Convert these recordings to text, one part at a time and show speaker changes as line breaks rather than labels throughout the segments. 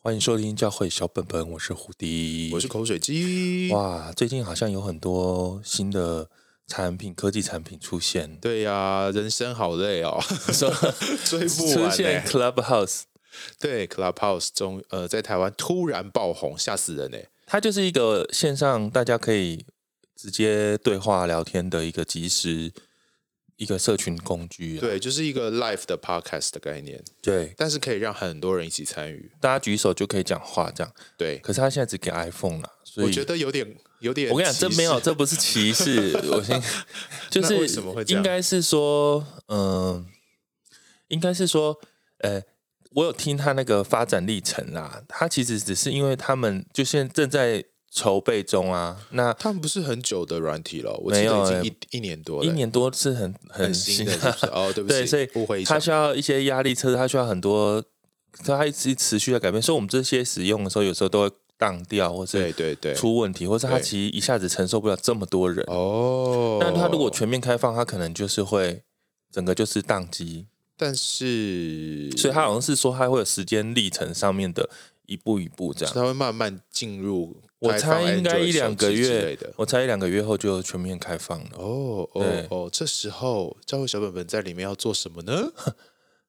欢迎收听教会小本本，我是胡迪，
我是口水鸡。
哇，最近好像有很多新的产品、科技产品出现，
对呀、人生好累哦，
说
追不
出
完呢、
现 Clubhouse，
对，Clubhouse 中呃，在台湾突然爆红，吓死人呢、欸
它就是一个线上大家可以直接对话聊天的一个即时一个社群工具、啊。
对，就是一个 live 的 podcast 的概念，
对，
但是可以让很多人一起参与。
大家举手就可以讲话这样。
对，
可是它现在只给 iPhone 了，所以
我觉得有点有点歧视，
我跟你讲，这没有，这不是歧视。 我先就
那
是
为什么会这
应
样
该是说，嗯、应该是说，呃，我有听他那个发展历程啦，他其实只是因为他们就现在正在筹备中啊，那
他们不是很久的软体了，我
没
记
有
得已经
欸
一、一年多了、
一年多是很很
很新的，是 不是？哦，对不起，
对，所以
误会一
他
下。
需要一些压力测试，他需要很多，他一直持续的改变，所以我们这些使用的时候，有时候都会当掉，或
对
是
对对，
出问题，或是他
对
其实一下子承受不了这么多人。
哦，
但它如果全面开放，它可能就是会整个就是宕机，
但是
所以它好像是说它会有时间历程上面的一步一步这
是
样。
它会慢慢进入
我
开放 Android 手
猜
机之
应
类的，
该一两个月，我猜一两个月后就全面开放了。
哦
对
哦哦，这时候教会小本本在里面要做什么呢？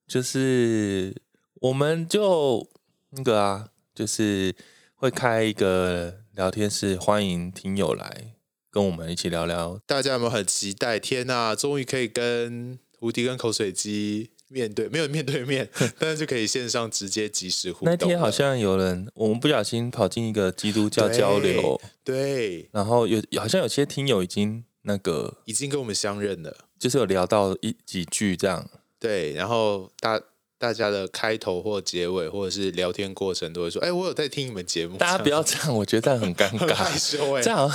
就是我们就那个啊，就是会开一个聊天室，欢迎听友来跟我们一起聊聊。
大家有没有很期待？天呐，终于可以跟胡迪跟口水鸡面对，没有面对 面，但是就可以线上直接及时互动
那
了。
天好像有人，我们不小心跑进一个基督教交流，
对，
然后有好像有些听友已经那个
已经跟我们相认了。
就是有聊到一几句这样，
对，然后大大家的开头或结尾，或者是聊天过程，都会说：“哎、我有在听你们节目。”
大家不要这样，我觉得这样很尴
很害
尬，
羞哎、
这样是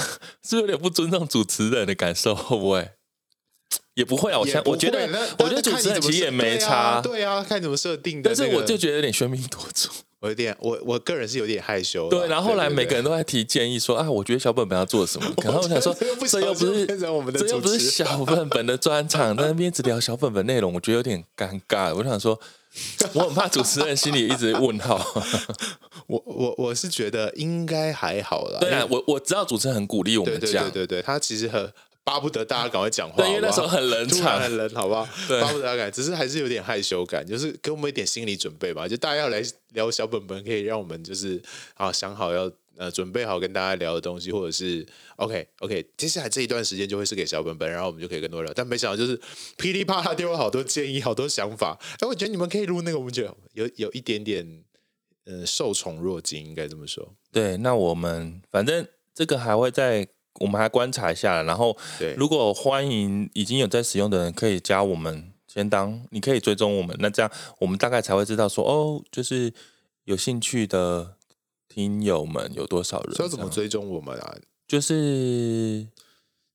不是有点不尊重主持人的感受？会不会？也不会啊，我
也
想
不
我觉
会
得
那，
我觉
那
得主
看你
持人
怎么
其实
设
也没
对啊
差，
对啊，看你怎么设定的
但
那
是
个。
我就觉得有点喧宾夺 主。
我有点，我我个人是有点害羞啦。
对，然后后来每个
人
人都在提建议说啊，我觉得小本本要做 什么，然后我想说
这又不，
这又不
小心
是
变成我们的
这又不是
主持
小本本的专场， 在那边只聊小本本内容，我觉得有点尴尬。我想 说，我很怕主持人心里一直问号。
我我我是觉得应该还好啦。
对
因
啊
为，
我我知道主持人很鼓励我们
对对
讲
对，对对，他其实很巴不得大家赶快讲话，
对，因为那时候很冷
突
场
然，很冷，好不好
对？
巴不得大家赶，只是还是有点害羞感，就是给我们一点心理准备吧。就大家要来聊小本本，可以让我们就是啊想好要。呃，准备好跟大家聊的东西，或者是 OK OK，接下来这一段时间就会是给小本本，然后我们就可以更多聊。但没想到就是噼里啪啦丢了好多建议，好多想法。哎，我觉得你们可以录那个，我们觉得有有一点点呃受宠若惊，应该这么说。
对，那我们反正这个还会在，我们还观察一下。然后，
对
如果欢迎已经有在使用的人，可以加我们先当，你可以追踪我们。那这样我们大概才会知道说，哦，就是有兴趣的听友们有多少人。
所以要怎么
这样？
追踪我们啊？
就是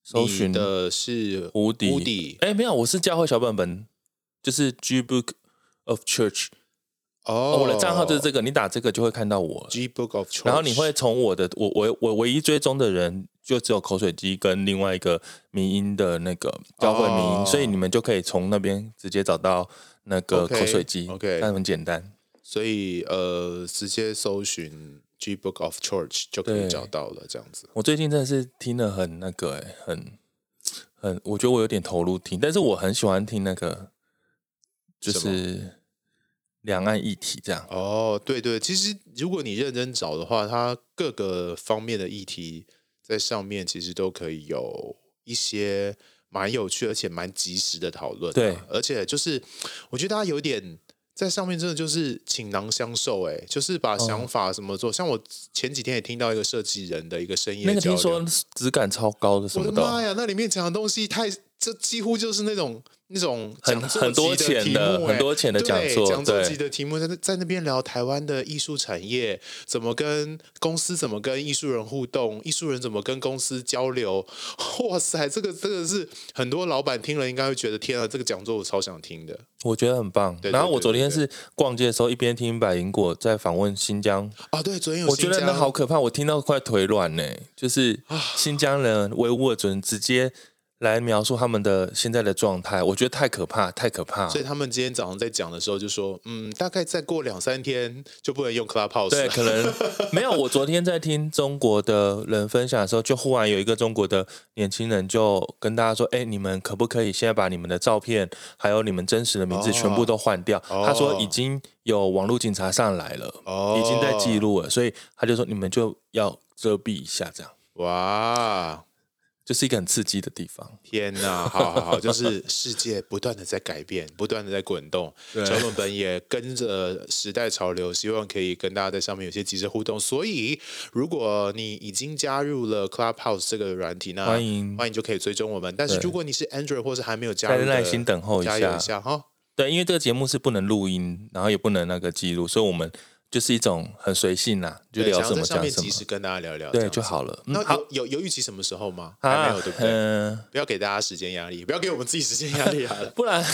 搜寻
你的是
无敌
无敌
哎，没有，我是教会小本本，就是 G Book of Church，、
哦
我的账号就是这个，你打这个就会看到我了。
G Book of Church，
然后你会从我的我我我唯一追踪的人就只有口水鸡跟另外一个民音的那个教会民音，
哦
所以你们就可以从那边直接找到那个
OK，
口水鸡
OK
那很简单。
所以呃直接搜寻 G Book of Church 就可
对
以找到了，这样子。
我最近真的是听了很那个、欸，很很，我觉得我有点投入听，但是我很喜欢听那个就
什么
是两岸议题这样。
哦，对对，其实如果你认真找的话，它各个方面的议题在上面其实都可以有一些蛮有趣而且蛮及时的讨论啊、
对
而且就是我觉得大家有点。在上面真的就是倾囊相授、哎，就是把
哦
想法什么做。像我前几天也听到一个设计人的一个深夜
那个听
交流，
说质感超高的什
我
么
的
的
妈
哦，
呀，那里面讲的东西太，这几乎就是那种那种
很
讲座
很多
级的
钱
题
的
目
很
哎
多钱的
对
讲座
讲座
对
级的题目，在那在那边聊台湾的艺术产业，怎么跟公司怎么跟艺术人互动，艺术人怎么跟公司交流。哇塞，这个这个是很多老板听了应该会觉得天啊，这个讲座我超想听的
我觉得很棒。
对对
然后我
对
昨
对
天
对
是逛街的时候，一边听百灵果在访问新疆
啊！对，昨天有
我觉得
新
那
疆啊
好可怕，我听到快腿软呢、就是新疆人维吾尔族人直接来描述他们的现在的状态，我觉得太可怕，太可怕。
所以他们今天早上在讲的时候就说，嗯，大概再过两三天就不能用 Clubhouse
对，
了。
可能没有。我昨天在听中国的人分享的时候，就忽然有一个中国的年轻人就跟大家说：“哎、你们可不可以现在把你们的照片，还有你们真实的名字全部都换掉？”
哦
他说已经有网络警察上来了，
哦
已经在记录了，所以他就说你们就要遮蔽一下，这样
哇，
就是一个很刺激的地方。
天哪！好好好，就是世界不断的在改变，不断的在滚动。
对
小本本也跟着时代潮流，希望可以跟大家在上面有些及时互动。所以，如果你已经加入了 Clubhouse 这个软体，那
欢迎
欢迎就可以追踪我们。但是
对
如果你是 Android 或是还没有加
大
入
家
的，
耐心等候一
加油
下
一。下哈。
对，因为这个节目是不能录音，然后也不能那个记录，所以我们就是一种很随性啦、就
对
聊
想
什
要在
么
上
讲
面
什
及时
么，
跟大家聊聊，这
对
样
就
子。
好了。嗯，
那
好。
有有有预期什么时候吗？
啊，
还没有，对不对？
嗯、
不要给大家时间压力，不要给我们自己时间压力啊！
不然，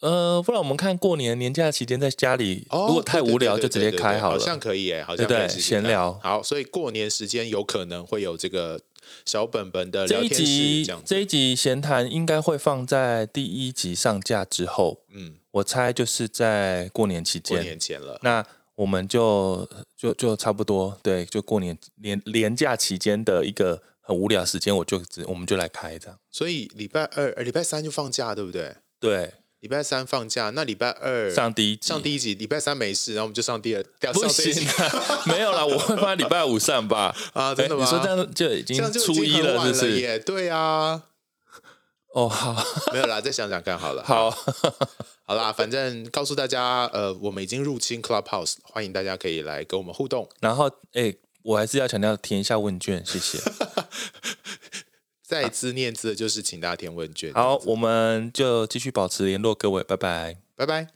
呃，不然我们看过年年假期间在家里，
哦，
如果太
对对
无聊
对
就
对
直
对
接
对
开
对
好
好
了。
像可以诶，好像
对
可以
对
试试
闲
看
聊
好，所以过年时间有可能会有这个小本本的聊
这一
天室
集
这样子。
这一集闲谈应该会放在第一集上架之后，
嗯，
我猜就是在过年期
过
间。
年前了，
那我们就就就差不多，对，就过年年年假期间的一个很无聊的时间，我就只我们就来开这样。
所以礼拜二、呃礼拜三就放假，对不对？
对，
礼拜三放假，那礼拜二
上第一集，
上第一集，礼拜三没事，然后我们就上第二，上
不
这一集
行啊， 没有啦，我会放在礼拜五上吧。
啊！真的
哎
吗？
你说这样就已
这
经
样就已
初
经
一
很
了，
晚
是不是？
耶？对啊，
哦，好，
没有啦，再想想 看好了。
好，
好啦，反正告诉大家，呃，我们已经入侵 Clubhouse，欢迎大家可以来跟我们互动。
然后哎、我还是要强调填一下问卷，谢谢。
再次念字的就是请大家填问卷。
好，我们就继续保持联络，各位，拜拜。
拜拜。